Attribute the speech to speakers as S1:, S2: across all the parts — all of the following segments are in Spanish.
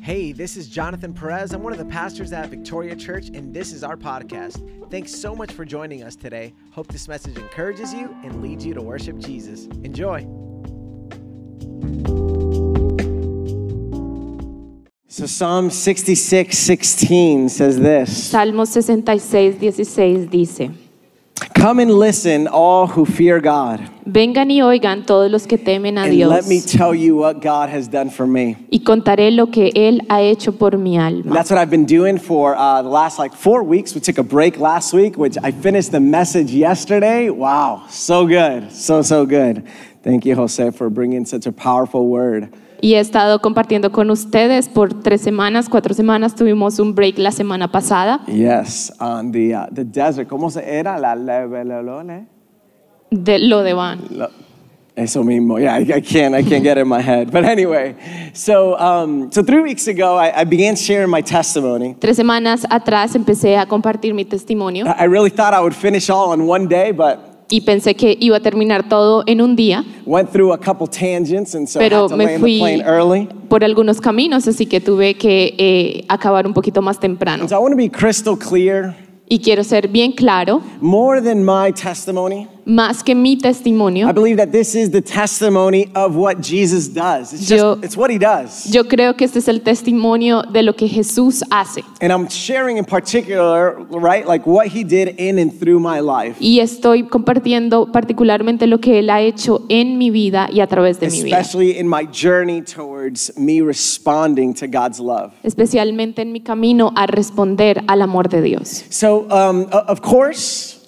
S1: Hey, this is Jonathan Perez. I'm one of the pastors at Victoria Church, and this is our podcast. Thanks so much for joining us today. Hope this message encourages you and leads you to worship Jesus. Enjoy. So Psalm 66, 16 says this
S2: Salmo 66, 16 dice,
S1: Come and listen, all who fear God,
S2: vengan y oigan todos los que temen a
S1: and let
S2: Dios
S1: me tell you what God has done for me.
S2: y contaré lo que Él ha hecho por mi
S1: And
S2: alma.
S1: that's what I've been doing for uh, the last like four weeks. We took a break last week, which I finished the message yesterday. Wow, so good. So, so good. Thank you, Jose, for bringing such a powerful word.
S2: Y he estado compartiendo con ustedes por tres semanas, cuatro semanas, tuvimos un break la semana pasada
S1: Yes, on the, uh, the desert. ¿Cómo se era? La levelolone?
S2: de lo de Van.
S1: Lo- Eso mismo. Yeah, I, I can't. I can't get it in my head. But anyway, so um, so three weeks ago, I, I began sharing my testimony.
S2: Tres semanas atrás empecé a compartir mi testimonio
S1: I I really thought I would finish all in one day, but
S2: y pensé que iba a terminar todo en un día,
S1: went through a couple tangents, and so I had
S2: pero
S1: to
S2: me
S1: land the
S2: fui
S1: plane early.
S2: por algunos caminos, así que tuve que eh, acabar un poquito más temprano.
S1: And so I want to be crystal clear.
S2: Y quiero ser bien claro,
S1: More than my testimony,
S2: más que mi testimonio,
S1: I believe that this is the testimony of what Jesus does. It's just,
S2: Yo-
S1: it's what he does.
S2: Yo creo que este es el testimonio de lo que Jesús hace.
S1: and I'm sharing in particular, right, like what he did in and through my life,
S2: Y estoy compartiendo particularmente lo que Él ha hecho en mi vida y a través de mi vida.
S1: especially in my journey towards me responding to God's love.
S2: Especialmente en mi camino a responder al amor de Dios.
S1: So, um, o- of course,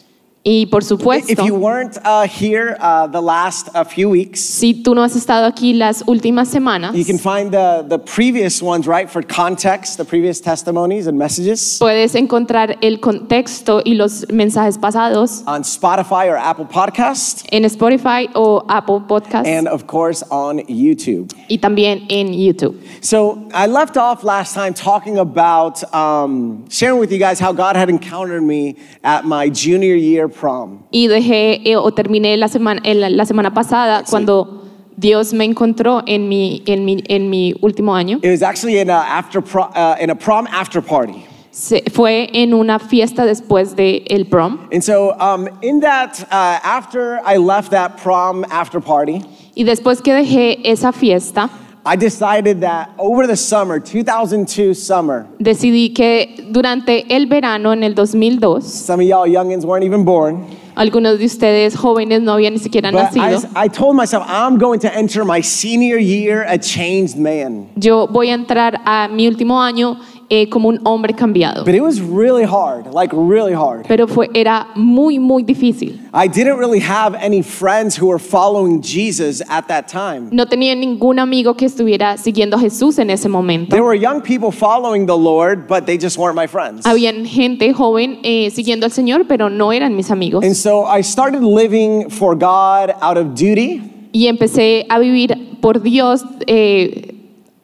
S2: Y por
S1: if you
S2: supuesto,
S1: weren't uh, here uh, the last uh, few weeks,
S2: si tú no has estado aquí las últimas semanas,
S1: you can find the, the previous ones, right, for context, the previous testimonies and messages.
S2: puedes encontrar el contexto y los mensajes pasados
S1: on Spotify or Apple Podcast,
S2: en Spotify o Apple Podcast
S1: and of course on YouTube.
S2: y también en YouTube.
S1: So I left off last time talking about um, sharing with you guys how God had encountered me at my junior year prom.
S2: Y dejé eh, o terminé la semana, el- la, semana pasada cuando Dios me encontró en mi, en mi, en mi último año.
S1: It was actually in a, after pro, uh, in a prom after party.
S2: Se- fue en una fiesta después del el prom.
S1: And so, um, in that, uh, after I left that prom after party,
S2: Y después que dejé esa fiesta,
S1: I decided that over the summer, 2002 summer,
S2: decidí que durante el verano en el 2002,
S1: some of y'all youngins weren't even born.
S2: algunos de ustedes jóvenes no habían ni siquiera
S1: But I,
S2: nacido.
S1: I told myself I'm going to enter my senior year a changed man.
S2: Yo voy a entrar a mi último año eh, como un hombre cambiado.
S1: But it was really hard, like really hard.
S2: Pero fue, era muy, muy difícil.
S1: I didn't really have any friends who were following Jesus at that time.
S2: No tenía ningún amigo que estuviera siguiendo a Jesús en ese momento.
S1: There were young people following the Lord, but they just weren't my friends.
S2: Habían gente joven eh, siguiendo al Señor, pero no eran mis amigos.
S1: And so I started living for God out of duty
S2: Y empecé a vivir por Dios eh,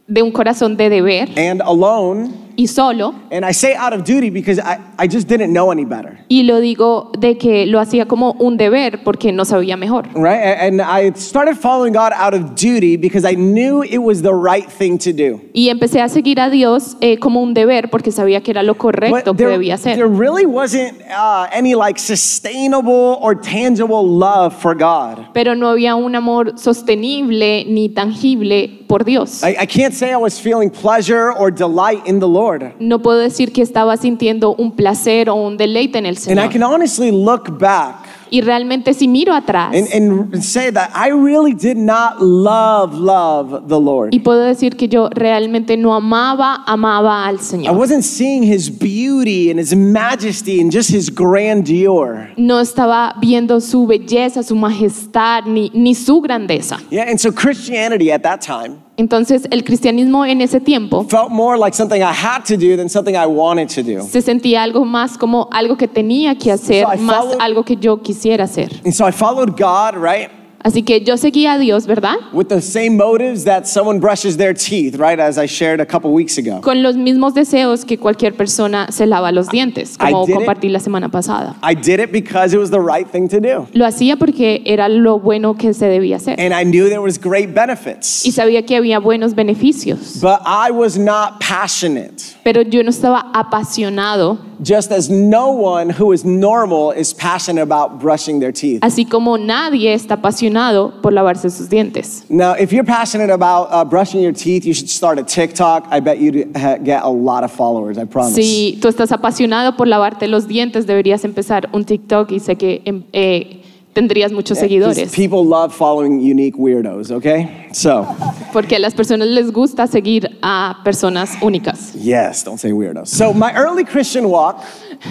S2: de un corazón de deber
S1: and alone.
S2: y solo.
S1: And I say out of duty because I, I just didn't know any better.
S2: Y lo digo de que lo hacía como un deber porque no sabía mejor.
S1: Right? A- And I started following God out of duty because I knew it was the right thing to do.
S2: Y empecé a seguir a Dios eh, como un deber porque sabía que era lo correcto
S1: But
S2: que
S1: there,
S2: debía
S1: there
S2: hacer.
S1: really wasn't uh, any like sustainable or tangible love for God.
S2: Pero no había un amor sostenible ni tangible por Dios.
S1: I, I can't say I was feeling pleasure or delight in the Lord.
S2: No puedo decir que estaba sintiendo un placer o un deleite en el
S1: And I
S2: Señor.
S1: can honestly look back
S2: Y realmente si miro atrás
S1: and, and say that I really did not love, love the Lord.
S2: y puedo decir que yo realmente no amaba, amaba al
S1: I
S2: Señor.
S1: wasn't seeing his beauty and his majesty and just his grandeur.
S2: No estaba viendo su belleza, su majestad, ni, ni su grandeza.
S1: Yeah, and so Christianity at that time
S2: Entonces el cristianismo en ese tiempo
S1: felt more like something I had to do than something I wanted to do.
S2: se sentía algo más como algo que tenía que hacer,
S1: So I
S2: más
S1: followed-
S2: algo que yo quisiera hacer.
S1: And so I followed God, right?
S2: Así que yo seguía a Dios, ¿verdad?
S1: with the same motives that someone brushes their teeth, right? As I shared a couple weeks ago.
S2: Con los mismos deseos que cualquier persona se lava los dientes, como
S1: I did it.
S2: compartí la semana pasada.
S1: I did it because it was the right thing to do.
S2: Lo hacía porque era lo bueno que se debía hacer
S1: And I knew there was great benefits.
S2: y sabía que había buenos beneficios,
S1: But I was not passionate,
S2: pero yo no estaba apasionado,
S1: just as no one who is normal is passionate about brushing their teeth.
S2: así como nadie está apasionado por lavarse sus dientes.
S1: Now, if you're passionate about uh, brushing your teeth, you should start a TikTok. I bet you'd ha- get a lot of followers, I promise.
S2: Si tú estás apasionado por lavarte los dientes, deberías empezar un TikTok y sé que em, eh, tendrías muchos
S1: 'Cause
S2: seguidores,
S1: People love following unique weirdos, okay? So,
S2: porque a las personas les gusta seguir a personas únicas.
S1: yes, don't say weirdos. So, my early Christian walk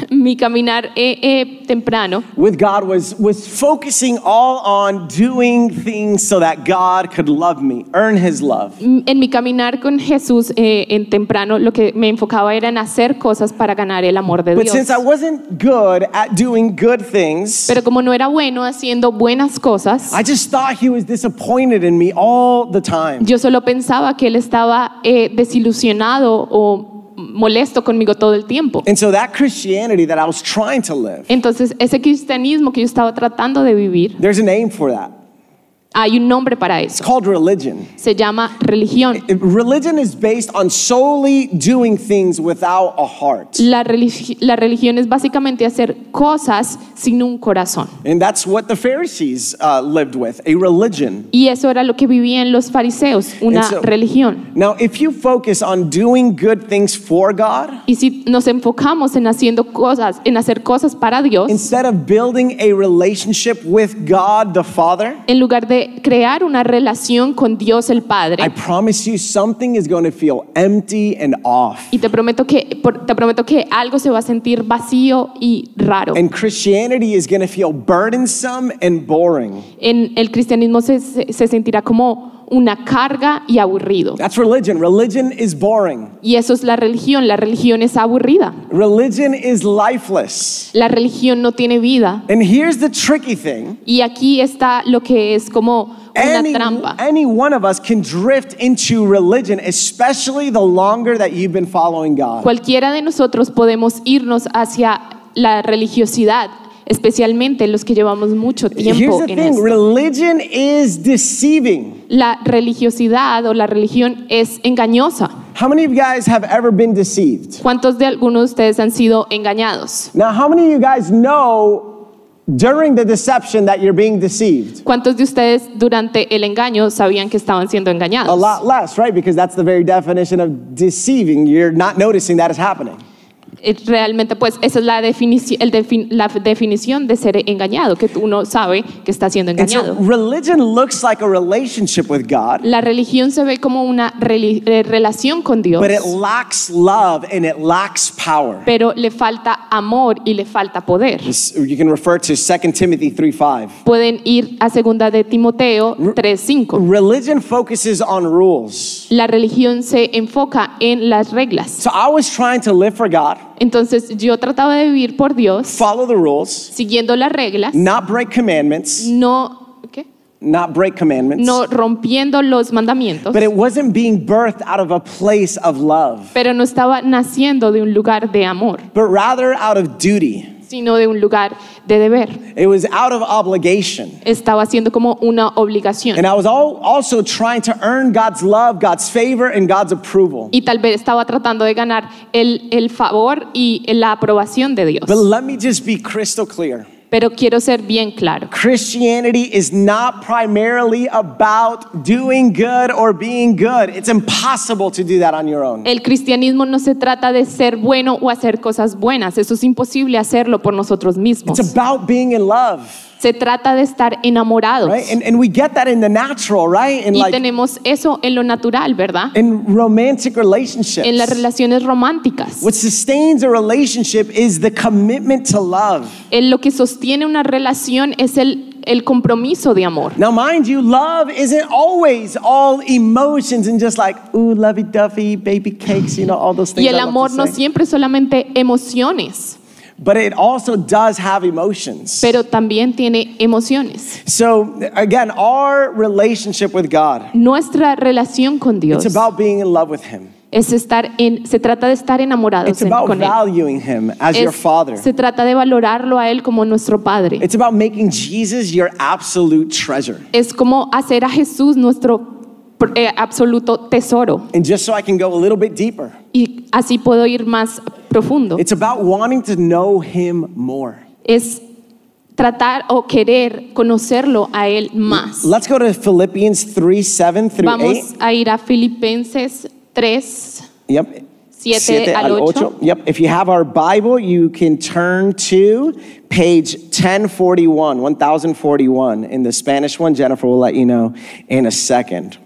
S2: Mi caminar eh, eh, temprano
S1: with God was, was focusing all on doing things so that God could love me, earn his love.
S2: En mi caminar con Jesús eh, en temprano, lo que me enfocaba era en hacer cosas para ganar el amor de
S1: But since I
S2: Dios.
S1: wasn't good at doing good things,
S2: Pero como no era bueno haciendo buenas cosas,
S1: I just thought he was disappointed in me all the time.
S2: yo solo pensaba que él estaba eh, desilusionado o molesto conmigo todo el tiempo.
S1: And so that Christianity that I was trying to live,
S2: Entonces, ese cristianismo que yo estaba tratando de vivir,
S1: there's a name for that.
S2: hay un nombre para eso.
S1: It's called religion.
S2: Se llama religión.
S1: It- Religion is based on solely doing things without a heart.
S2: La, religi- la religión es básicamente hacer cosas sin un corazón.
S1: And that's what the Pharisees uh, lived with a religion.
S2: Y eso era lo que vivían los fariseos, una
S1: And so-
S2: religión.
S1: Now, if you focus on doing good things for God
S2: Y si nos enfocamos en haciendo cosas, en hacer cosas para Dios,
S1: instead of building a relationship with God the Father,
S2: en lugar de crear una relación con Dios el
S1: I
S2: Padre,
S1: promise you something is going to feel empty and off.
S2: y te prometo que por- te prometo que algo se va a sentir vacío y raro.
S1: And Christianity is going to feel burdensome and boring.
S2: En el cristianismo se, se- se sentirá como una carga y aburrido.
S1: That's religion. Religion is boring.
S2: Y eso es la religión. La religión es aburrida.
S1: Religion is lifeless.
S2: La religión no tiene vida.
S1: And here's the tricky thing
S2: Y aquí está lo que es como una
S1: any,
S2: trampa.
S1: any one of us can drift into religion, especially the longer that you've been following God.
S2: Cualquiera de nosotros podemos irnos hacia la religiosidad, especialmente los que llevamos mucho
S1: Here's
S2: tiempo
S1: the
S2: en
S1: thing
S2: esto.
S1: religion is deceiving.
S2: La religiosidad o la religión es engañosa.
S1: How many of you guys have ever been deceived?
S2: ¿Cuántos de algunos de ustedes han sido engañados?
S1: Now, how many of you guys know during the deception that you're being deceived?
S2: ¿Cuántos de ustedes durante el engaño sabían que estaban siendo
S1: a
S2: engañados?
S1: lot less, right? Because that's the very definition of deceiving. You're not noticing that is happening.
S2: Eh, Realmente, pues esa es la, definici- el defin- la definición de ser engañado, que uno sabe que está siendo
S1: And so
S2: engañado.
S1: religion looks like a relationship with God,
S2: La religión se ve como una reli- eh, relación con Dios.
S1: but it lacks love and it lacks power.
S2: pero le falta amor y le falta poder.
S1: This- You can refer to 2 Timothy 3:5.
S2: Pueden ir a segunda de Timoteo 3:5.
S1: Religion focuses on rules.
S2: La religión se enfoca en las reglas.
S1: So I was trying to live for God,
S2: Entonces yo trataba de vivir por Dios,
S1: follow the rules,
S2: siguiendo las reglas,
S1: not break commandments,
S2: no, ¿qué?
S1: not break commandments.
S2: no rompiendo los mandamientos,
S1: But it wasn't being birthed out of a place of love,
S2: pero no estaba naciendo de un lugar de amor,
S1: but rather out of duty.
S2: sino de un lugar de deber.
S1: It was out of obligation.
S2: Estaba haciendo como una obligación.
S1: And I was all, also trying to earn God's love, God's favor, and God's approval.
S2: Y tal vez estaba tratando de ganar el, el favor y la aprobación de Dios.
S1: But let me just be crystal clear
S2: Pero quiero ser bien claro.
S1: Christianity is not primarily about doing good or being good. It's impossible to do that on your own.
S2: El cristianismo no se trata de ser bueno o hacer cosas buenas. Eso es imposible hacerlo por nosotros mismos.
S1: It's about being in love,
S2: Se trata de estar enamorados.
S1: right? And, and we get that in the natural, right? In
S2: y
S1: like
S2: tenemos eso en lo natural, ¿verdad?
S1: in romantic relationships.
S2: En las relaciones románticas.
S1: what sustains a relationship is the commitment to love.
S2: En lo que sostiene una relación es el, el compromiso de amor.
S1: Now, mind you, love isn't always all emotions and just like, ooh, lovey dovey, baby cakes, you know, all those things.
S2: Y el
S1: I love to
S2: amor no
S1: say.
S2: siempre es solamente emociones.
S1: but it also does have emotions.
S2: pero también tiene emociones.
S1: So again, our relationship with God,
S2: Nuestra relación con Dios
S1: it's about being in love with Him.
S2: es estar en, se trata de estar enamorados
S1: It's
S2: en-
S1: about
S2: con Él.
S1: valuing Him as your
S2: Es-
S1: Father.
S2: se trata de valorarlo a Él como nuestro Padre.
S1: It's about making Jesus your absolute treasure.
S2: es como hacer a Jesús nuestro eh, absoluto tesoro.
S1: And just so I can go a little bit deeper,
S2: Y así puedo ir más profundo.
S1: it's about wanting to know Him more.
S2: es tratar o querer conocerlo a Él más.
S1: Let's go to Philippians 3 7 through
S2: Vamos
S1: 8.
S2: a ir a Filipenses 3.
S1: Yep.
S2: Siete al ocho.
S1: Yep. If you have our Bible, you can turn to page 1041, 1041 in the Spanish one. Jennifer will let you know in a second.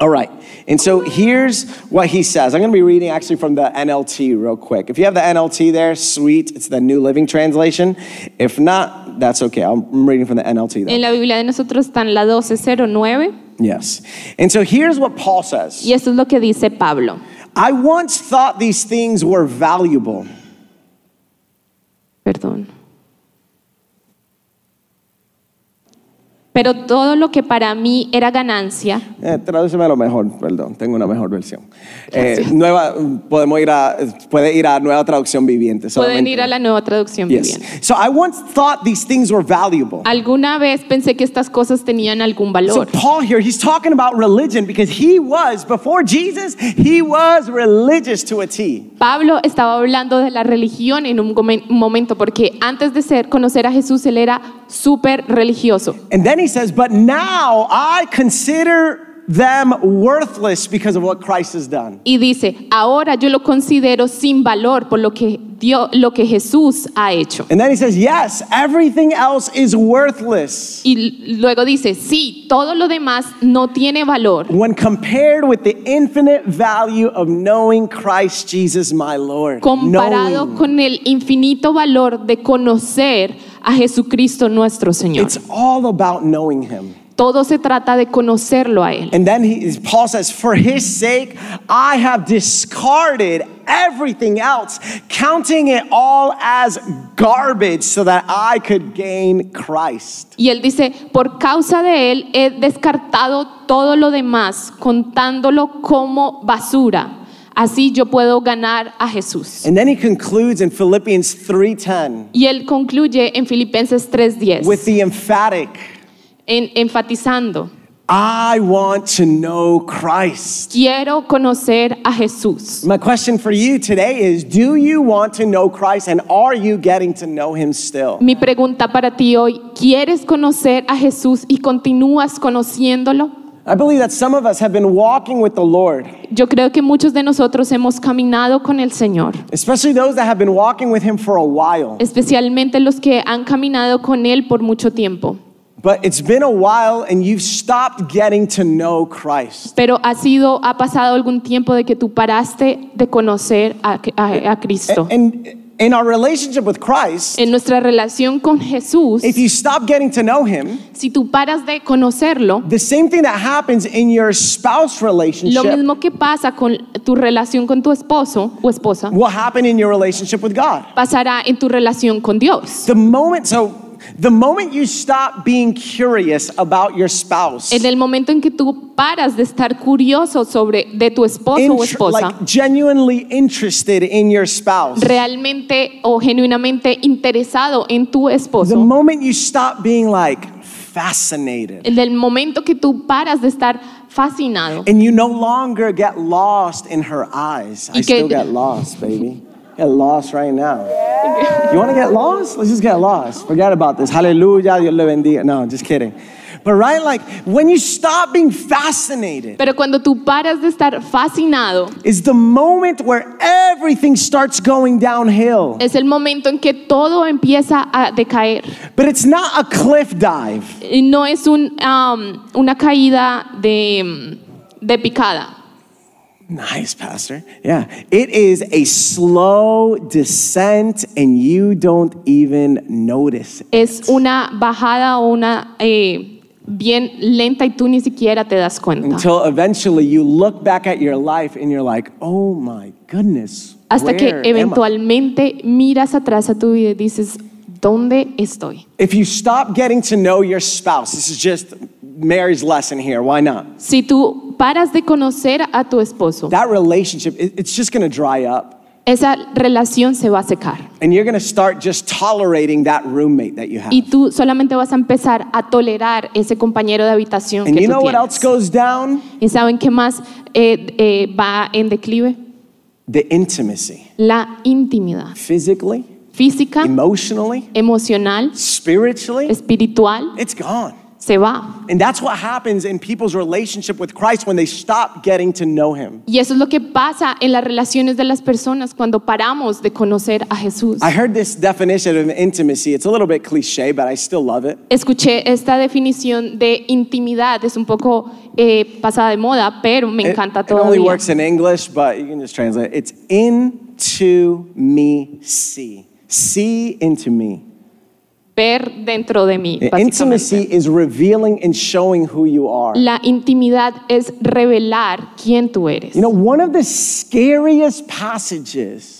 S1: All right. And so here's what he says. I'm going to be reading actually from the NLT real quick. If you have the NLT there, sweet. It's the New Living Translation. If not, that's okay. I'm reading from the NLT
S2: En
S1: though.
S2: la Biblia de nosotros están la 1209
S1: Yes. And so here's what Paul says.
S2: y eso es lo que dice Pablo.
S1: I once thought these things were valuable.
S2: Perdón. Pero todo lo que para mí era ganancia,
S1: Eh, tradúceme lo mejor, perdón, tengo una mejor versión. Eh, nueva, podemos ir a, puede ir a nueva traducción viviente.
S2: pueden
S1: solamente.
S2: ir a la nueva traducción
S1: Yes.
S2: viviente.
S1: So I once thought these things were valuable.
S2: Alguna vez pensé que estas cosas tenían algún
S1: So
S2: valor.
S1: Paul here, he's talking about religion because he was, before Jesus, he was religious to a T.
S2: Pablo estaba hablando de la religión en un gomen- un momento porque antes de ser, conocer a Jesús él era súper religioso.
S1: And then he says, but now I consider them worthless because of what Christ has done.
S2: Y dice, ahora yo lo considero sin valor por lo que, Dios, lo que Jesús ha hecho.
S1: And then he says, yes, everything else is worthless.
S2: Y l- luego dice, sí, todo lo demás no tiene valor
S1: when compared with the infinite value of knowing Christ Jesus my Lord.
S2: comparado
S1: Knowing.
S2: con el infinito valor de conocer a Jesucristo nuestro Señor.
S1: It's all about knowing him.
S2: Todo se trata de conocerlo a Él.
S1: And then he, Paul says, For his sake, I have discarded everything else, counting it all as garbage so that I could gain Christ.
S2: Y él dice, por causa de él he descartado todo lo demás, contándolo como basura. Así yo puedo ganar a Jesús.
S1: And then he concludes in Philippians 3:10
S2: Y él concluye en Filipenses
S1: with
S2: 3:10,
S1: the emphatic,
S2: en- enfatizando,
S1: I want to know Christ.
S2: quiero conocer a Jesús.
S1: My question for you today is Do you want to know Christ and are you getting to know him still?
S2: Mi pregunta para ti hoy, ¿quieres conocer a Jesús y continúas conociéndolo?
S1: I believe that some of us have been walking with the Lord,
S2: Yo creo que muchos de nosotros hemos caminado con el Señor,
S1: especially those that have been walking with him for a while.
S2: especialmente los que han caminado con Él por mucho tiempo.
S1: But it's been a while and you've stopped getting to know Christ.
S2: Pero ha sido, ha pasado algún tiempo de que tú paraste de conocer a, a- a Cristo.
S1: Eh, And in our relationship with Christ,
S2: En nuestra relación con Jesús,
S1: eh. if you stop getting to know him,
S2: si tú paras de conocerlo,
S1: the same thing that happens in your spouse
S2: lo
S1: relationship
S2: mismo que pasa con tu relación con tu esposo o esposa,
S1: will happen in your relationship with God.
S2: pasará en tu relación con Dios.
S1: The moment, so the moment you stop being curious about your spouse,
S2: En el momento en que tú paras de estar curioso sobre de tu esposo o
S1: intr-
S2: esposa,
S1: like genuinely interested in your spouse,
S2: realmente o genuinamente interesado en tu
S1: the
S2: esposo,
S1: moment you stop being like fascinated
S2: en el momento que tú paras de estar fascinado,
S1: and you no longer get lost in her eyes, I
S2: Y que-
S1: still get lost, baby. Get lost right now. You want to get lost? Let's just get lost. Forget about this. Hallelujah. Dios le bendiga. No, just kidding. But right, like when you stop being fascinated.
S2: Pero cuando tú paras de estar fascinado,
S1: is the moment where everything starts going downhill.
S2: es el momento en que todo empieza a decaer.
S1: But it's not a cliff dive.
S2: Y No es un, um, una caída de, de picada,
S1: Nice, Pastor. Yeah. It is a slow descent, and you don't even notice.
S2: es una bajada o una eh, bien lenta y tú ni siquiera te das cuenta.
S1: Until eventually you look back at your life and you're like, oh my goodness,
S2: hasta que
S1: Where am I?
S2: eventualmente miras atrás a tu vida y dices, ¿dónde estoy?
S1: If you stop getting to know your spouse, this is just Mary's lesson here. Why not?
S2: Si tú paras de conocer a tu esposo,
S1: That relationship, it- it's just going to dry up.
S2: esa relación se va a secar
S1: And you're going to start just tolerating that roommate that you have.
S2: y tú solamente vas a empezar a tolerar ese compañero de habitación
S1: And
S2: que
S1: you
S2: tú
S1: know what else
S2: tienes.
S1: goes down?
S2: ¿Y saben qué más eh, eh, va en declive?
S1: The intimacy.
S2: La intimidad
S1: Physically,
S2: física,
S1: emotionally,
S2: emocional,
S1: spiritually,
S2: espiritual,
S1: it's gone.
S2: se va.
S1: And that's what happens in people's relationship with Christ when they stop getting to know Him.
S2: Y eso es lo que pasa en las relaciones de las personas cuando paramos de conocer a Jesús.
S1: I heard this definition of intimacy. It's a little bit cliche, but I still love it.
S2: Escuché esta definición de intimidad, es un poco eh, pasada de moda, pero me
S1: Eh, It,
S2: encanta
S1: it only
S2: todavía.
S1: works in English, but you can just translate. it. It's into me, see. See into me.
S2: Ver dentro de mí. básicamente.
S1: Intimacy is revealing and showing who you are.
S2: La intimidad es revelar quién tú eres.
S1: You know, one of the scariest passages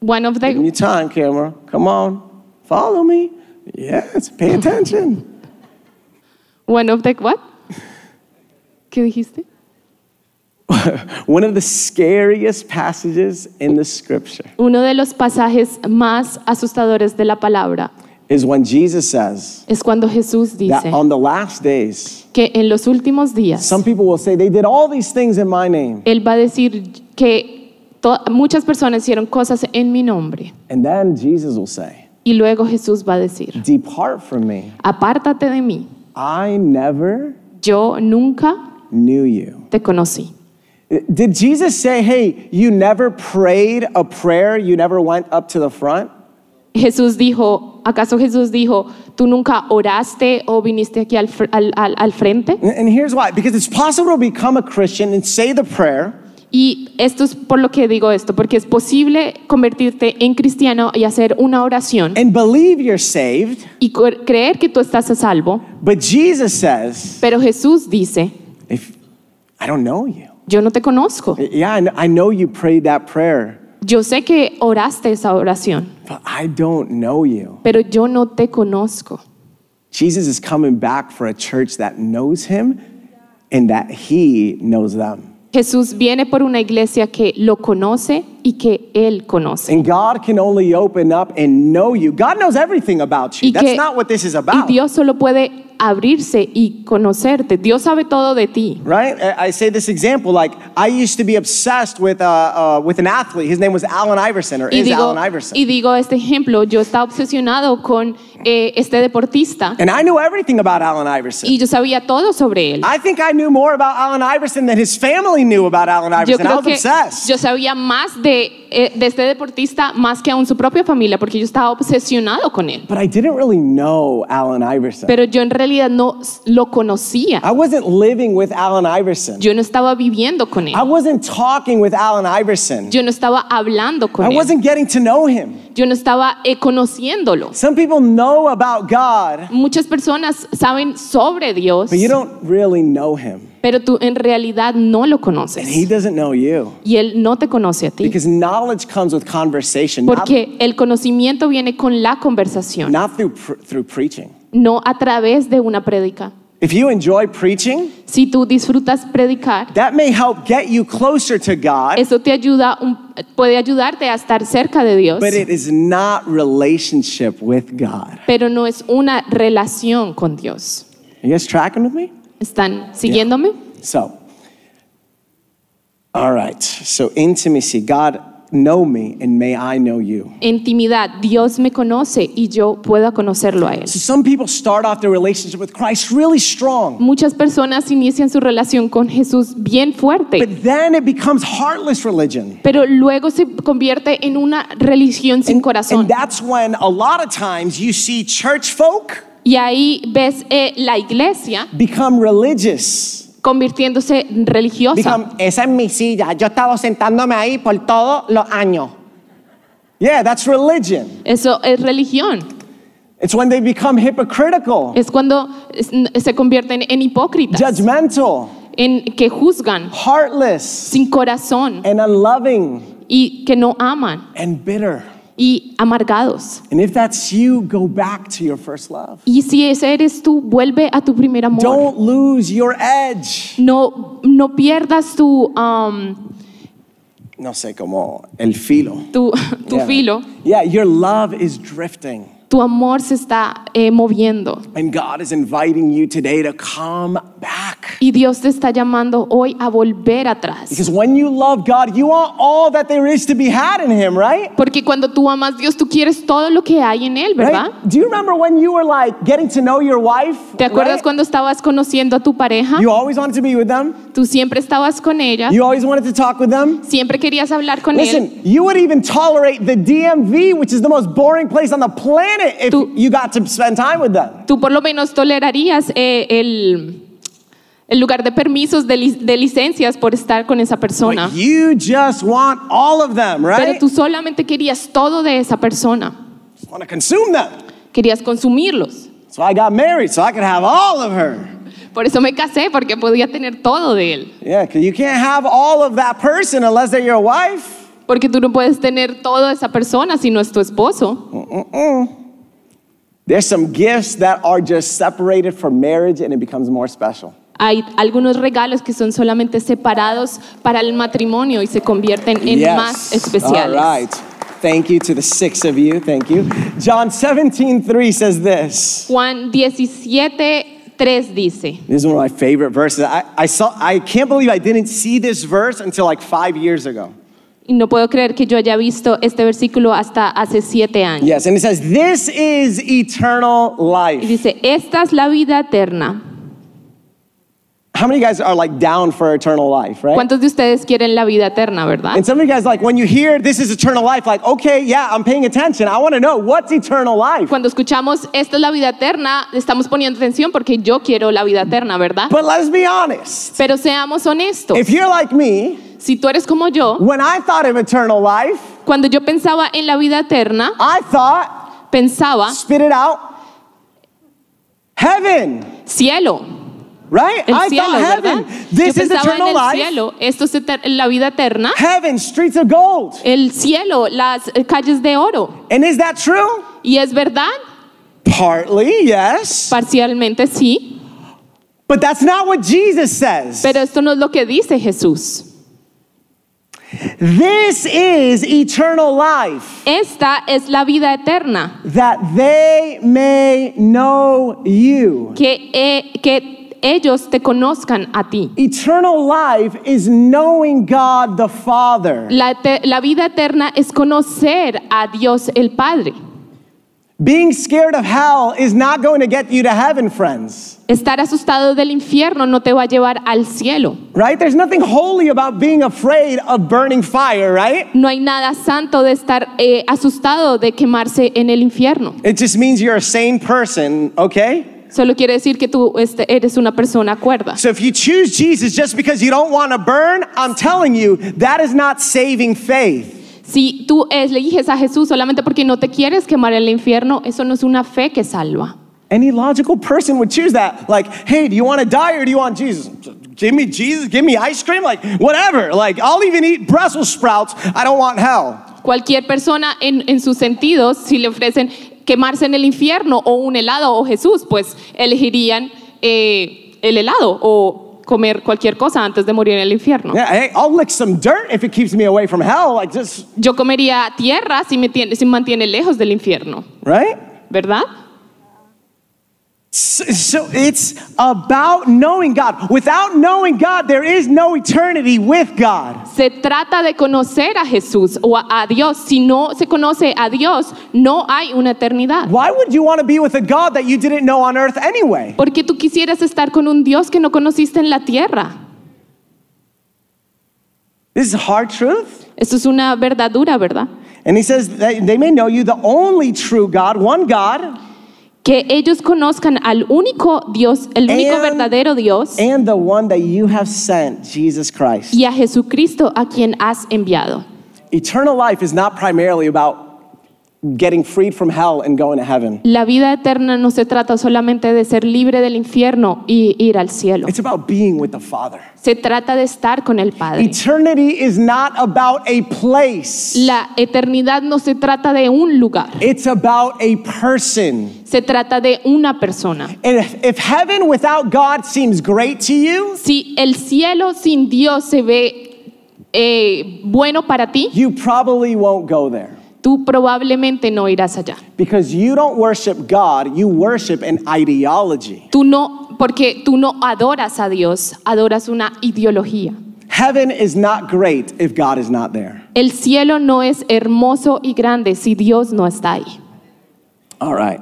S2: One of
S1: Give me
S2: the,
S1: time, camera. Come on. Follow me. Yes, pay attention.
S2: one of the what? ¿Qué dijiste?
S1: One of the scariest passages in the scripture
S2: Uno de los pasajes más asustadores de la palabra
S1: is when Jesus says
S2: es cuando Jesús
S1: that
S2: dice
S1: on the last days,
S2: que en los últimos días
S1: some people will say, They did all these things in my name.
S2: Él va a decir que to- muchas personas hicieron cosas en mi nombre.
S1: And then Jesus will say,
S2: Y luego Jesús va a decir,
S1: Depart from me.
S2: apártate de mí,
S1: I never
S2: yo nunca
S1: knew you.
S2: te conocí.
S1: Did Jesus say, Hey, you never prayed a prayer, you never went up to the front?
S2: Jesús dijo, ¿acaso Jesús dijo, tú nunca oraste o viniste aquí al, fr- al- al- al frente?
S1: And- And here's why because it's possible to become a Christian and say the prayer.
S2: Y esto es por lo que digo esto, porque es posible convertirte en cristiano y hacer una oración
S1: and believe you're saved.
S2: y co- creer que tú estás a salvo,
S1: But Jesus says,
S2: pero Jesús dice,
S1: if I don't know you.
S2: yo no te conozco,
S1: Yeah, I kn- I know you prayed that prayer,
S2: yo sé que oraste esa oración,
S1: but I don't know you.
S2: pero yo no te conozco.
S1: Jesus is coming back for a church that knows him and that he knows them.
S2: Jesús viene por una iglesia que lo conoce y que Él conoce.
S1: And God can only open up and know you. God knows everything about you.
S2: Y,
S1: That's
S2: que,
S1: not what this is
S2: y
S1: about.
S2: Dios solo puede abrirse y conocerte. Dios sabe todo de ti.
S1: Right? I I say this example like I used to be obsessed with, uh, uh, with an athlete. His name was Allen Iverson or
S2: Y
S1: is
S2: digo,
S1: Allen Iverson.
S2: y digo este ejemplo, yo estaba obsesionado con eh, este deportista
S1: and I knew everything about Allen Iverson.
S2: y yo sabía todo sobre él.
S1: I think I knew more about Allen Iverson than his family knew about Allen
S2: Yo
S1: Iverson. I
S2: creo
S1: was
S2: que
S1: obsessed.
S2: yo sabía más de, eh, de este deportista más que aún su propia familia porque yo estaba obsesionado con él.
S1: but I didn't really know Allen Iverson.
S2: Pero yo en realidad no s- lo conocía.
S1: I wasn't living with Allen Iverson.
S2: Yo no estaba viviendo con él.
S1: I wasn't talking with Allen Iverson.
S2: Yo no estaba hablando con
S1: I
S2: él.
S1: wasn't getting to know him.
S2: Yo no estaba eh, conociéndolo.
S1: Some people know about God,
S2: Muchas personas saben sobre Dios,
S1: but you don't really know him.
S2: pero tú en realidad no lo conoces.
S1: And he doesn't know you.
S2: Y Él no te conoce a ti.
S1: Because knowledge comes with conversation, not,
S2: Porque el conocimiento viene con la conversación,
S1: not through, pr- through preaching.
S2: no a través de una prédica.
S1: If you enjoy preaching,
S2: Si tú disfrutas predicar,
S1: that may help get you closer to God.
S2: eso te ayuda, un- puede ayudarte a estar cerca de Dios,
S1: But it is not relationship with God.
S2: pero no es una relación con Dios.
S1: You guys tracking with me?
S2: ¿Están siguiéndome?
S1: So, all right. So intimacy. God, know me, and may I know you.
S2: Intimidad, Dios me conoce y yo pueda conocerlo a Él.
S1: So some people start off their relationship with Christ really strong,
S2: Muchas personas inician su relación con Jesús bien fuerte,
S1: but then it becomes heartless religion.
S2: pero luego se convierte en una religión sin corazón.
S1: And that's when a lot of times you see church folk
S2: Y ahí ves eh, la iglesia
S1: become religious.
S2: convirtiéndose en religiosa.
S3: Become, esa es mi silla. Yo he estado sentándome ahí por todos los años.
S1: Yeah, that's religion.
S2: Eso es religión.
S1: It's when they become hypocritical,
S2: Es cuando es- se convierten en hipócritas,
S1: judgmental,
S2: en que juzgan
S1: heartless,
S2: sin corazón
S1: and unloving.
S2: y que no aman
S1: and bitter.
S2: y amargados.
S1: And if that's you, go back to your first love.
S2: Y si ese eres tú, vuelve a tu primer amor.
S1: Don't lose your edge.
S2: No, no pierdas tu, um,
S1: No sé cómo el filo.
S2: tu, tu
S1: Yeah.
S2: filo.
S1: Yeah, your love is drifting.
S2: Tu amor se está eh, moviendo.
S1: And God is inviting you today to come back.
S2: Y Dios te está llamando hoy a volver atrás.
S1: Because when you love God, you want all that there is to be had in Him, right?
S2: Porque cuando tú amas a Dios, tú quieres todo lo que hay en Él, ¿verdad?
S1: Right? Do you remember when you were like getting to know your wife?
S2: ¿Te acuerdas
S1: right?
S2: cuando Ah. estabas conociendo a tu pareja?
S1: You always wanted to be with them.
S2: Tú siempre estabas con ella,
S1: You always wanted to talk with them.
S2: siempre querías hablar con él.
S1: Listen, you would even tolerate the DMV, which is the most boring place on the planet, if
S2: Tú-
S1: you got to spend time with them.
S2: Tú por lo menos tolerarías eh, el, el lugar de permisos, de, lic- de licencias por estar con esa persona.
S1: But you just want all of them,
S2: Pero
S1: right?
S2: tú solamente querías todo de esa persona.
S1: Just want to consume them.
S2: Querías consumirlos.
S1: So I got married so I could have all of her.
S2: Por eso me casé, porque podía tener todo de él.
S1: Yeah, 'cause you can't have all of that person unless they're your wife.
S2: Porque tú no puedes tener todo de esa persona si no es tu esposo.
S1: There's some gifts that are just separated for marriage and it becomes more special.
S2: Hay algunos regalos que son solamente separados para el matrimonio y se convierten en
S1: yes.
S2: más
S1: All
S2: especiales.
S1: right. Thank you to the six of you. Thank you. John 17, 3 says this.
S2: Juan 17, 3 dice,
S1: This is one of my favorite verses. I, I saw I can't believe I didn't see this verse until like five years ago.
S2: y no puedo creer que yo haya visto este versículo hasta hace siete años.
S1: Yes, and it says, This is eternal
S2: Y
S1: life.
S2: dice, esta es la vida eterna.
S1: How many of you guys are like down for eternal life, right?
S2: ¿Cuántos de ustedes quieren la vida eterna, verdad?
S1: And some of you guys, like, when you hear this is eternal life, like, okay, yeah, I'm paying attention. I want to know what's eternal life.
S2: Cuando escuchamos, esta es la vida eterna, estamos poniendo atención porque yo quiero la vida eterna, ¿verdad?
S1: But let's be honest.
S2: Pero seamos honestos,
S1: If you're like me,
S2: si tú eres como yo,
S1: when I thought of eternal life,
S2: cuando yo pensaba en la vida eterna,
S1: I
S2: Uh-huh.
S1: thought,
S2: pensaba,
S1: spit it out, heaven,
S2: cielo,
S1: right?
S2: el
S1: I
S2: cielo,
S1: thought
S2: ¿verdad?
S1: heaven.
S2: Yo
S1: This is
S2: pensaba en
S1: eternal
S2: el
S1: life.
S2: cielo, esto es eter- la vida eterna.
S1: Heaven, streets of gold.
S2: el cielo, las eh, calles de oro.
S1: And is that true?
S2: Y es verdad,
S1: Partly, yes.
S2: parcialmente sí,
S1: But that's not what Jesus says.
S2: pero esto no es lo que dice Jesús.
S1: This is eternal life.
S2: Esta es la vida eterna,
S1: that they may know you.
S2: que, eh, que ellos te conozcan a ti.
S1: Eternal life is knowing God the Father,
S2: La, ete- la vida eterna es conocer a Dios el Padre.
S1: being scared of hell is not going to get you to heaven, friends.
S2: Estar asustado del infierno no te va a llevar al cielo.
S1: Right? There's nothing holy about being afraid of burning fire, right?
S2: No hay nada santo de estar eh, asustado de quemarse en el infierno.
S1: It just means you're a sane person, okay?
S2: Solo quiere decir que tú este, eres una persona cuerda.
S1: So if you choose Jesus just because you don't want to burn, I'm telling you, that is not saving faith.
S2: Si tú es- le eliges a Jesús solamente porque no te quieres quemar en el infierno, eso no es una fe que salva.
S1: Any logical person would choose that. Like, hey, do you want to die or do you want Jesus? Give me Jesus, give me ice cream, like whatever. Like, I'll even eat Brussels sprouts. I don't want hell.
S2: Cualquier persona en, en sus sentidos, si le ofrecen quemarse en el infierno o un helado o Jesús, pues elegirían eh, el helado o comer cualquier cosa antes de morir en el infierno.
S1: Yeah, hey, I'll lick some dirt if it keeps me away from hell. Like, just,
S2: Yo comería tierra si me, tiene- si me mantiene lejos del infierno,
S1: right?
S2: ¿verdad?
S1: So, so it's about knowing God. Without knowing God, there is no eternity with God.
S2: Se trata de conocer a Jesús o a, a Dios. Si no se conoce a Dios, no hay una eternidad.
S1: Why would you want to be with a God that you didn't know on earth anyway?
S2: Porque tú quisieras estar con un Dios que no conociste en la tierra.
S1: This is a hard truth.
S2: Esto es una verdad dura, ¿verdad?
S1: And he says that they may know you, the only true God, one God.
S2: Que ellos conozcan al único Dios, el único
S1: And-
S2: verdadero Dios
S1: and the one that you have sent, Jesus Christ.
S2: y a Jesucristo a quien has enviado.
S1: Eternal life is not primarily about getting freed from hell and going to heaven.
S2: La vida eterna no se trata solamente de ser libre del infierno y ir al cielo.
S1: It's about being with the Father.
S2: Se trata de estar con el Padre.
S1: Eternity is not about a place.
S2: La eternidad no se trata de un lugar,
S1: It's about a person.
S2: se trata de una persona.
S1: And if, if heaven without God seems great to you,
S2: Si el cielo sin Dios se ve eh, bueno para ti,
S1: you probably won't go there.
S2: tú probablemente no irás allá.
S1: Because you don't worship God, you worship an ideology.
S2: Tú no, porque tú no adoras a Dios, adoras una ideología.
S1: Heaven is not great if God is not there.
S2: El cielo no es hermoso y grande si Dios no está ahí.
S1: All right.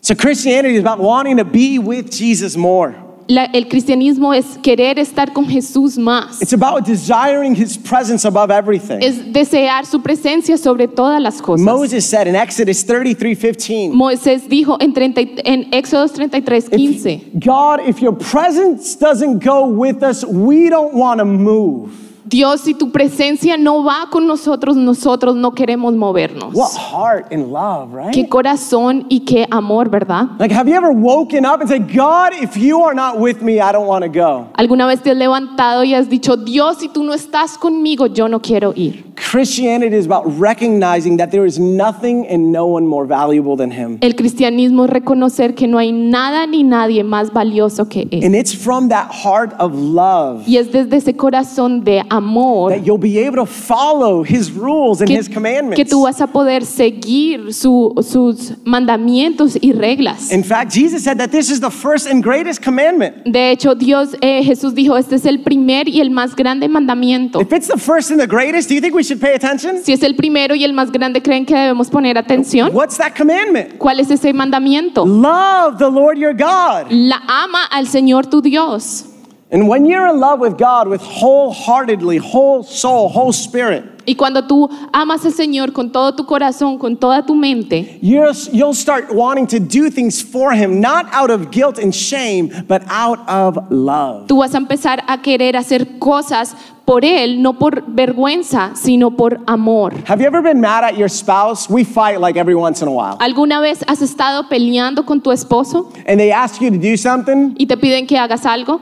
S1: So Christianity is about wanting to be with Jesus more.
S2: La- el cristianismo es querer estar con Jesús más.
S1: It's about desiring his presence above everything.
S2: Es desear su presencia sobre todas las cosas.
S1: Moses said in Exodus 33 15,
S2: Moisés dijo en, 30 y- en Éxodo 33, 15,
S1: God, if your presence doesn't go with us, we don't want to move.
S2: Dios, si tu presencia no va con nosotros, nosotros no queremos movernos.
S1: What heart and love,
S2: Qué
S1: right?
S2: corazón y qué amor, ¿verdad?
S1: Like, have you ever woken up and said, God, if you are not with me, I don't want to go?
S2: ¿Alguna vez te has levantado y has dicho, Dios, si tú no estás conmigo, yo no quiero ir?
S1: Christianity is about recognizing that there is nothing and no one more valuable than him.
S2: El cristianismo es reconocer que no hay nada ni nadie más valioso que Él.
S1: And it's from that heart of love
S2: Y es desde ese corazón de amor
S1: that you'll be able to follow his rules and
S2: que,
S1: his commandments.
S2: que tú vas a poder seguir su- sus mandamientos y reglas.
S1: In fact, Jesus said that this is the first and greatest commandment.
S2: De hecho, Dios, eh, Jesús dijo, este es el primer y el más grande mandamiento.
S1: If it's the first and the greatest, do you think we should pay attention?
S2: Si es el primero y el más grande, ¿creen que debemos poner atención?
S1: What's that commandment?
S2: ¿Cuál es ese mandamiento?
S1: Love the Lord your God.
S2: La ama al Señor tu Dios.
S1: And when you're in love with God with wholeheartedly, whole soul, whole spirit,
S2: Y cuando tú amas al Señor con todo tu corazón, con toda tu mente,
S1: you're, you'll start wanting to do things for Him, not out of guilt and shame, but out of love.
S2: Tú vas a empezar a querer hacer cosas por él, no por vergüenza, sino por amor.
S1: Have you ever been mad at your spouse? We fight like every once in a while.
S2: ¿Alguna vez has estado peleando con tu esposo
S1: And they ask you to do something,
S2: y te piden que hagas algo,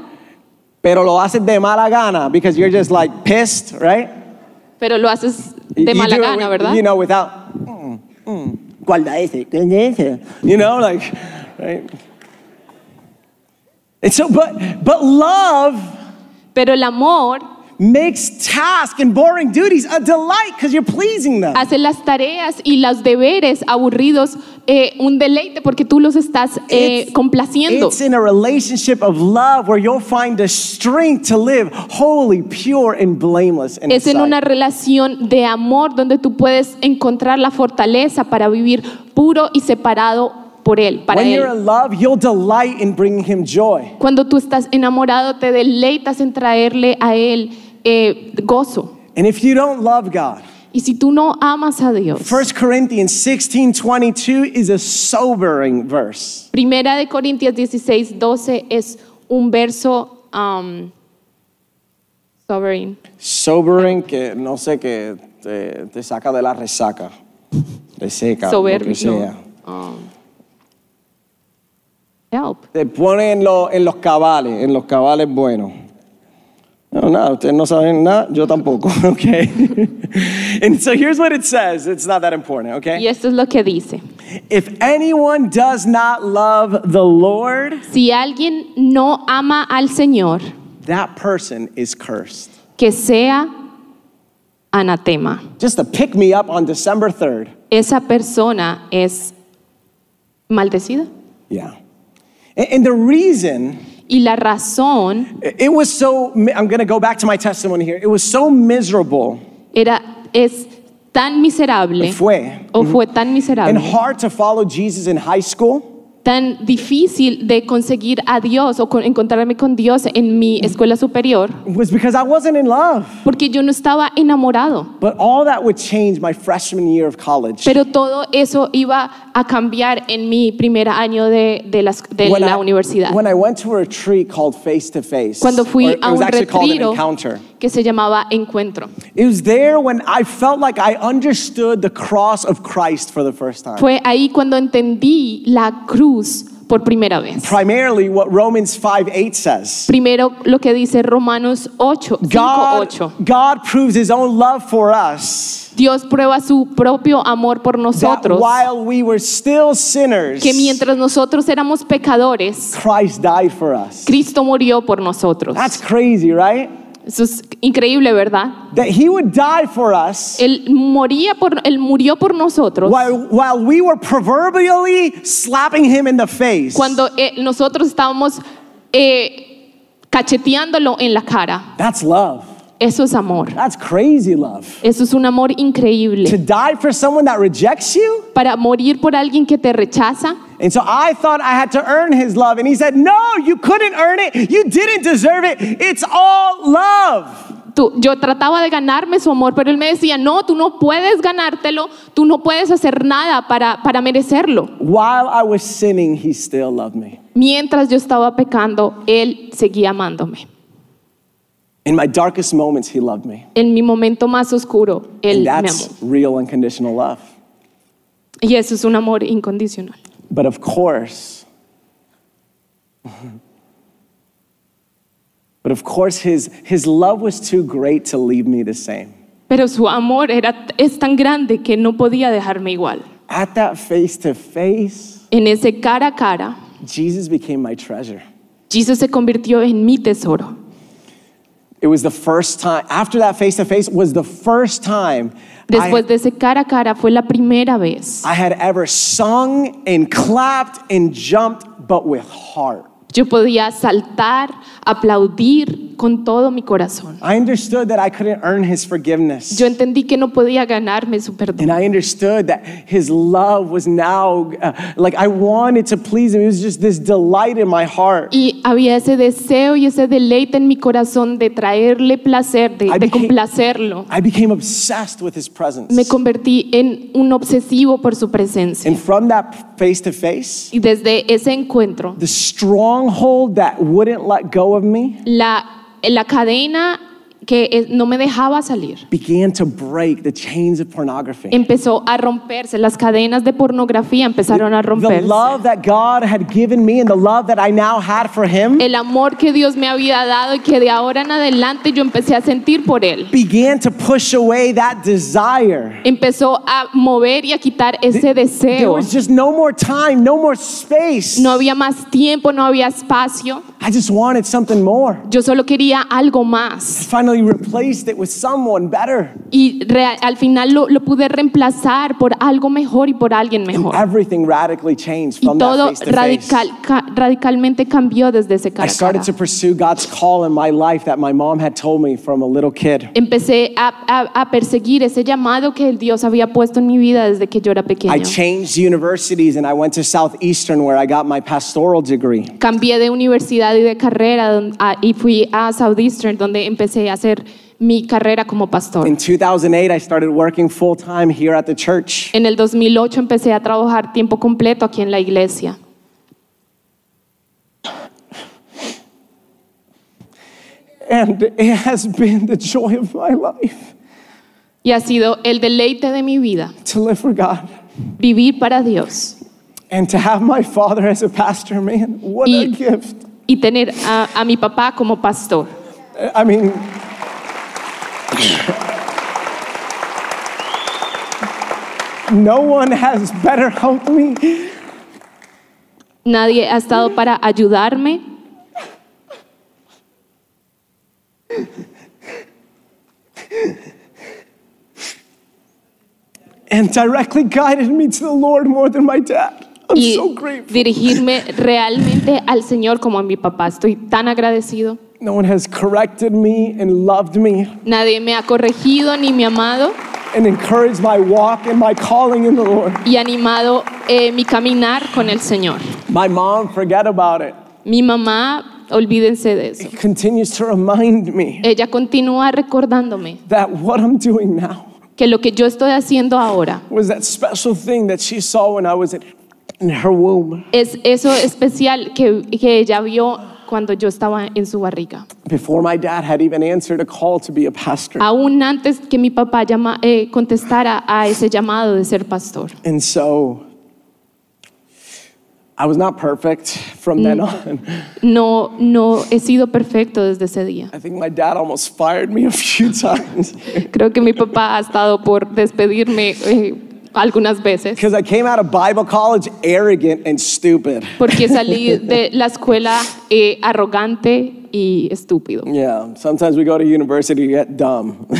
S1: pero lo haces de mala gana because you're just like pissed, right?
S2: pero lo haces
S1: You-
S2: de
S1: you
S2: mala
S1: do it
S2: gana,
S1: with-
S2: verdad?
S1: You know, without. mm, mm, guarda ese, ten ese. You know, like, right? And so, but, but love
S2: Pero el amor
S1: makes task and boring duties a delight because you're pleasing them.
S2: hace las tareas y los deberes aburridos eh, un deleite porque tú los estás eh,
S1: It's-
S2: complaciendo.
S1: It's in a relationship of love where you'll find the strength to live holy, pure, and blameless. In
S2: Es
S1: his
S2: en
S1: sight.
S2: una relación de amor donde tú puedes encontrar la fortaleza para vivir puro y separado por él, para
S1: when
S2: él.
S1: you're in love, you'll delight in bringing him joy.
S2: Cuando tú estás enamorado, te deleitas en traerle a Él eh, gozo.
S1: And if you don't love God,
S2: Y si tú no amas a Dios,
S1: 1 Corinthians 16 22 is a sobering verse.
S2: Primera de Corintios 16, 12 es un verso um, sovereign.
S1: Sobering, que no sé que te, te saca de la resaca. Reseca. lo que
S2: soberbio.
S1: sea.
S2: Um, help.
S1: Te pone en, lo- en los cabales, en los cabales buenos. No, nada, ustedes no saben nada, yo tampoco, okay? and so here's what it says. It's not that important, okay?
S2: Y esto es lo que dice.
S1: If anyone does not love the Lord,
S2: Si alguien no ama al Señor,
S1: that person is cursed.
S2: que sea anatema.
S1: Just to pick me up on December 3rd.
S2: Esa persona es maldecida.
S1: Yeah. And, and the reason
S2: Y la razón
S1: it was so, I'm going to go back to my testimony here. It was so miserable
S2: era, es tan miserable
S1: Fue.
S2: o fue tan
S1: and
S2: miserable,
S1: hard to follow Jesus in high school
S2: tan difícil de conseguir a Dios o con- encontrarme con Dios en mi escuela superior,
S1: was because I wasn't in love.
S2: porque yo no estaba enamorado.
S1: But all that would change my freshman year of college
S2: Pero todo eso iba a cambiar en mi primer año de, de las- de la
S1: I,
S2: universidad.
S1: when I went to a retreat called Face to Face.
S2: Cuando fui
S1: or it
S2: a
S1: was
S2: un
S1: actually called an
S2: retiro
S1: encounter.
S2: que se llamaba Encuentro.
S1: It was there when I felt like I understood the cross of Christ for the first time.
S2: Fue ahí cuando entendí la cruz por primera vez.
S1: Primarily, what Romans 5 8 says.
S2: Primero lo que dice Romanos 8, 5,
S1: God,
S2: 8.
S1: God proves his own love for us
S2: Dios prueba su propio amor por
S1: that
S2: nosotros,
S1: while we were still sinners,
S2: que mientras nosotros éramos pecadores,
S1: Christ died for us.
S2: Cristo murió por nosotros.
S1: That's crazy, right?
S2: Eso es increíble, ¿verdad?
S1: That he would die for us
S2: Él, moría por, él murió por nosotros
S1: while, while we were proverbially slapping him in the face.
S2: cuando eh, nosotros estábamos eh, cacheteándolo en la cara.
S1: That's love.
S2: Eso es amor.
S1: That's crazy love.
S2: Eso es un amor
S1: To
S2: increíble.
S1: die for someone that rejects you?
S2: Para morir por alguien que te rechaza.
S1: And so I thought I had to earn his love. And he said, No, you couldn't earn it. You didn't deserve it. It's all love.
S2: Tú- yo trataba de ganarme su amor, pero él me decía, no, tú no puedes ganártelo, tú no puedes hacer nada para, para merecerlo.
S1: While I was sinning, he still loved me.
S2: Mientras yo estaba pecando, él seguía amándome.
S1: In my darkest moments, he loved me.
S2: En mi momento más oscuro, él
S1: And
S2: me amó.
S1: that's real unconditional love.
S2: Y eso es un amor incondicional.
S1: But of course, but of course, his, his love was too great to leave me the same.
S2: Pero su amor era, es tan grande que no podía dejarme igual.
S1: At that face to face,
S2: En ese cara a cara,
S1: Jesus became my treasure.
S2: Jesús se convirtió en mi tesoro.
S1: It was the first time, after that face to face, was the first time
S2: Después
S1: I,
S2: de ese cara a cara fue la primera vez.
S1: I had ever sung and clapped and jumped, but with heart.
S2: Yo podía saltar, aplaudir con todo mi corazón.
S1: I understood that I couldn't earn his forgiveness.
S2: Yo entendí que no podía ganarme su
S1: And
S2: perdón.
S1: I understood that his love was now, uh, like I wanted to please him. It was just this delight in my heart.
S2: Y había ese deseo y ese deleite en mi corazón de traerle placer, de,
S1: I
S2: de
S1: became-
S2: complacerlo.
S1: I became obsessed with his presence.
S2: Me convertí en un obsesivo por su presencia.
S1: And from that face to face,
S2: Y desde ese encuentro,
S1: the stronghold that wouldn't let go of me
S2: la, la cadena que eh, no me dejaba salir
S1: began to break the chains of pornography.
S2: empezó a romperse. Las cadenas de pornografía empezaron a
S1: The
S2: romperse.
S1: love that God had given me and the love that I now had for him
S2: El amor que Dios me había dado y que de ahora en adelante yo empecé a sentir por él.
S1: began to push away that desire.
S2: Empezó a mover y a quitar ese
S1: There
S2: deseo.
S1: was just no more time, no more space.
S2: No había más tiempo, no había espacio.
S1: I just wanted something more.
S2: Yo solo quería algo más.
S1: finally replaced it with someone better.
S2: Y re- al final lo, lo pude reemplazar por algo mejor y por alguien mejor.
S1: Everything radically changed
S2: Y
S1: from
S2: todo
S1: that face to
S2: radical,
S1: face.
S2: ca- radicalmente cambió desde ese
S1: I
S2: cara. a cara.
S1: started to pursue God's call in my life that my mom had told me from a little kid.
S2: Empecé a, a- a perseguir ese llamado que el Dios había puesto en mi vida desde que yo era
S1: I
S2: pequeño.
S1: changed universities and I went to Southeastern where I got my pastoral degree.
S2: Cambié de universidad y de carrera don- a- y fui a Southeastern donde empecé a hacer mi carrera como pastor.
S1: In 2008, I started working full time here at the church.
S2: En el 2008 empecé a trabajar tiempo completo aquí en la iglesia.
S1: And it has been the joy of my life
S2: Y ha sido el deleite de mi vida,
S1: to live for God.
S2: vivir para Dios
S1: And to have my father as a pastor, man, what a
S2: Y-
S1: gift.
S2: y tener a, a mi papá como pastor.
S1: I mean, no one has better helped me.
S2: Nadie ha estado para ayudarme.
S1: And directly guided me to the Lord more than my dad. I'm
S2: Y
S1: so grateful.
S2: dirigirme realmente al Señor como a mi papá. Estoy tan agradecido.
S1: No one has corrected me and loved me
S2: Nadie me ha corregido ni me ha amado
S1: and encouraged my walk and my calling in the Lord.
S2: y animado eh, mi caminar con el Señor.
S1: My mom, forget about it,
S2: Mi mamá, olvídense de eso.
S1: continues to remind me
S2: Ella continúa recordándome
S1: that what I'm doing now
S2: que lo que yo estoy haciendo ahora
S1: was that special thing that she saw when I was in, in her womb.
S2: es eso especial que, que ella vio cuando yo estaba en su barriga.
S1: before my dad had even answered a call to be a pastor.
S2: Aún antes que mi papá llama- eh, contestara a ese llamado de ser pastor.
S1: And so I was not perfect from then
S2: Mm.
S1: on.
S2: No, no he sido perfecto desde ese día.
S1: I think my dad almost fired me a few times
S2: Creo que mi papá ha estado por despedirme eh, algunas veces.
S1: because I came out of Bible college arrogant and stupid.
S2: Porque salí de la escuela eh, arrogante y estúpido.
S1: Yeah, sometimes we go to university to get dumb.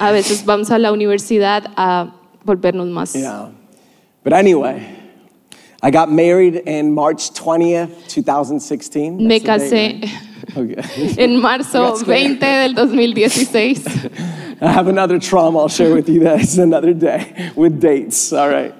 S2: A veces vamos a la universidad a volvernos más.
S1: yeah. But anyway, I got married in March 20th, 2016.
S2: Me
S1: That's the date,
S2: casé
S1: right? Okay.
S2: en marzo
S1: That's great.
S2: 20 del 2016.
S1: I have another trauma I'll share with you that's another day with dates. All right.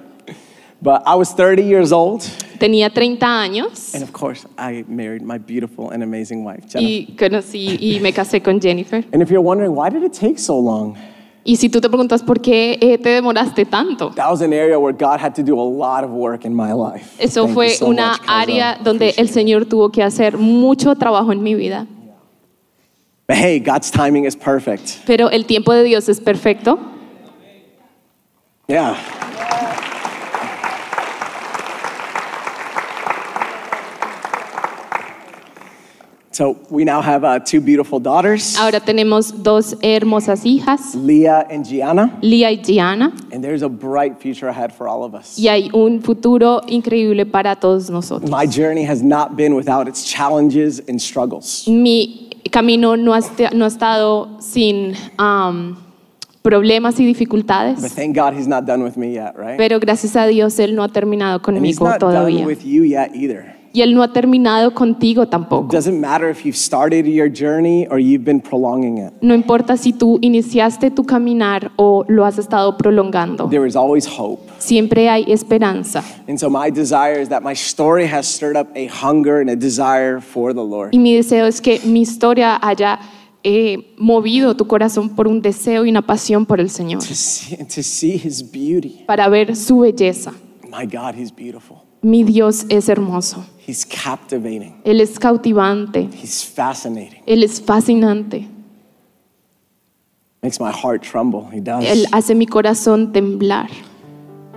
S1: But I was 30 years old.
S2: Tenía 30 años
S1: And of course, I married my beautiful and amazing wife, Jennifer.
S2: y conocí y me casé con Jennifer.
S1: and if you're wondering, why did it take so long?
S2: Y si tú te preguntas por qué eh, te demoraste tanto,
S1: That was an area where God had to do a lot of work in my life.
S2: eso
S1: Thank you
S2: fue
S1: so
S2: una
S1: much, Kaizo.
S2: área donde el
S1: Appreciate it.
S2: Señor tuvo que hacer mucho trabajo en mi vida.
S1: But hey, God's timing is perfect.
S2: Pero el tiempo de Dios es perfecto.
S1: Yeah. So we now have uh, two beautiful daughters,
S2: Ahora tenemos dos hermosas hijas,
S1: Leah and Gianna.
S2: Lia y Gianna,
S1: And there's a bright future ahead for all of us.
S2: y hay un futuro increíble para todos nosotros.
S1: My journey has not been without its challenges and struggles.
S2: Mi camino no ha, est- no ha estado sin am, problemas y
S1: But
S2: dificultades,
S1: thank God he's not done with me yet, right?
S2: pero gracias a Dios Él no ha terminado
S1: And he's
S2: conmigo
S1: not done
S2: todavía.
S1: with you yet either.
S2: Y Él no ha terminado contigo tampoco.
S1: Doesn't matter if you've started your journey or you've been prolonging it.
S2: No importa si tú iniciaste tu caminar o lo has estado prolongando,
S1: There is always hope.
S2: siempre hay esperanza.
S1: And so my desire is that my story has stirred up a hunger and a desire for the Lord.
S2: Y mi deseo es que mi historia haya eh, movido tu corazón por un deseo y una pasión por el Señor,
S1: To see, to see his beauty.
S2: para ver su belleza.
S1: My God, he's beautiful.
S2: Mi Dios es hermoso,
S1: He's captivating.
S2: Él es cautivante,
S1: He's fascinating.
S2: Él es fascinante,
S1: Makes my heart tremble. He does.
S2: Él hace mi corazón temblar.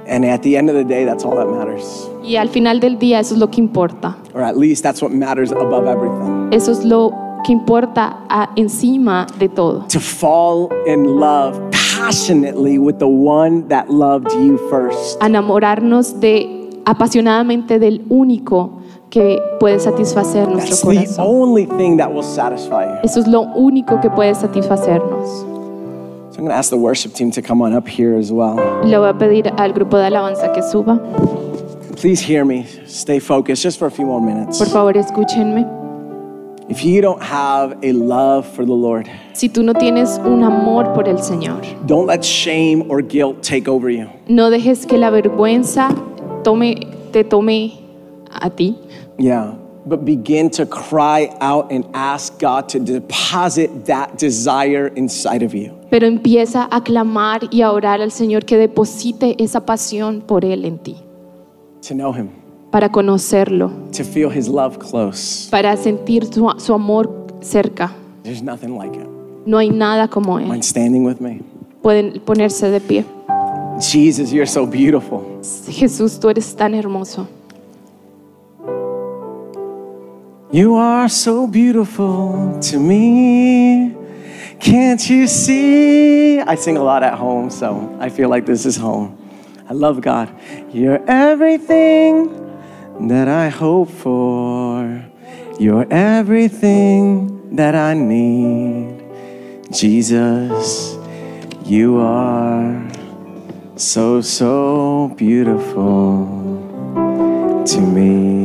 S1: And at the end of the day, that's all that matters.
S2: Y al final del día eso es lo que importa,
S1: Or at least that's what matters above everything.
S2: eso es lo que importa a- encima de todo.
S1: To fall in love passionately with the one that loved you first.
S2: a enamorarnos de apasionadamente del único que puede satisfacer nuestro
S1: That's the
S2: corazón.
S1: only thing that will satisfy you.
S2: Eso es lo único que puede satisfacernos.
S1: So I'm going to ask the worship team to come on up here as well.
S2: Le voy a pedir al grupo de alabanza que suba.
S1: Please hear me. Stay focused just for a few more minutes.
S2: Por favor, escúchenme.
S1: If you don't have a love for the Lord,
S2: Si tú no tienes un amor por el Señor,
S1: don't let shame or guilt take over you.
S2: no dejes que la vergüenza tome, te tome a ti,
S1: Yeah. But begin to cry out and ask God to deposit that desire inside of you.
S2: pero empieza a clamar y a orar al Señor que deposite esa pasión por Él en ti,
S1: to know him,
S2: para conocerlo,
S1: to feel his love close.
S2: para sentir su, su amor cerca.
S1: There's nothing like it.
S2: No hay nada como Él.
S1: Mind standing with me?
S2: Pueden ponerse de pie.
S1: Jesus, you're so beautiful.
S2: Jesús, tú eres tan hermoso.
S1: You are so beautiful to me. Can't you see? I sing a lot at home, so I feel like this is home. I love God. You're everything that I hope for. You're everything that I need. Jesus, you are so, so beautiful to me.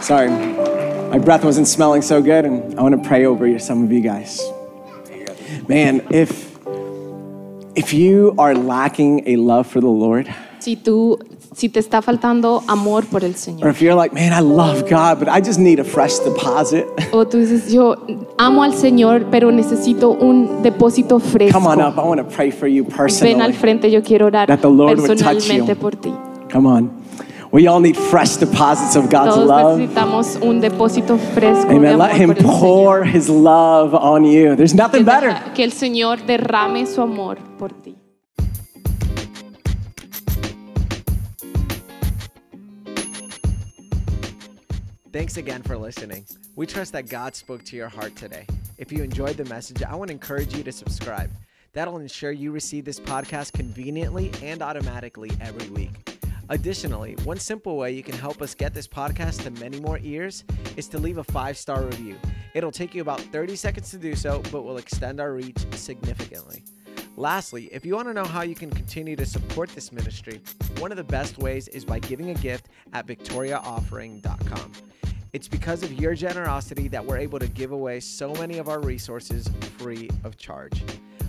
S1: Sorry, my breath wasn't smelling so good, and I want to pray over you, some of you guys. Man, if if you are lacking a love for the Lord,
S2: Si tú, si te está faltando amor por el
S1: Or
S2: Señor.
S1: if you're like, man, I love God, but I just need a fresh deposit.
S2: O tú dices, yo amo al Señor, pero necesito un depósito fresco.
S1: Come on up. I want to pray for you
S2: Ven al
S1: personally.
S2: frente, yo quiero orar
S1: That the Lord would touch
S2: personalmente
S1: you.
S2: por ti.
S1: Come on. We all need fresh deposits of God's
S2: Todos
S1: love.
S2: necesitamos un depósito fresco. de
S1: Amen.
S2: amor
S1: Let Him
S2: por el
S1: pour His love on you. There's nothing
S2: Señor.
S1: better.
S2: Que el Señor derrame su amor por ti.
S1: Thanks again for listening. We trust that God spoke to your heart today. If you enjoyed the message, I want to encourage you to subscribe. That'll ensure you receive this podcast conveniently and automatically every week. Additionally, one simple way you can help us get this podcast to many more ears is to leave a five star review. It'll take you about 30 seconds to do so, but will extend our reach significantly. Lastly, if you want to know how you can continue to support this ministry, one of the best ways is by giving a gift at victoriaoffering.com. It's because of your generosity that we're able to give away so many of our resources free of charge.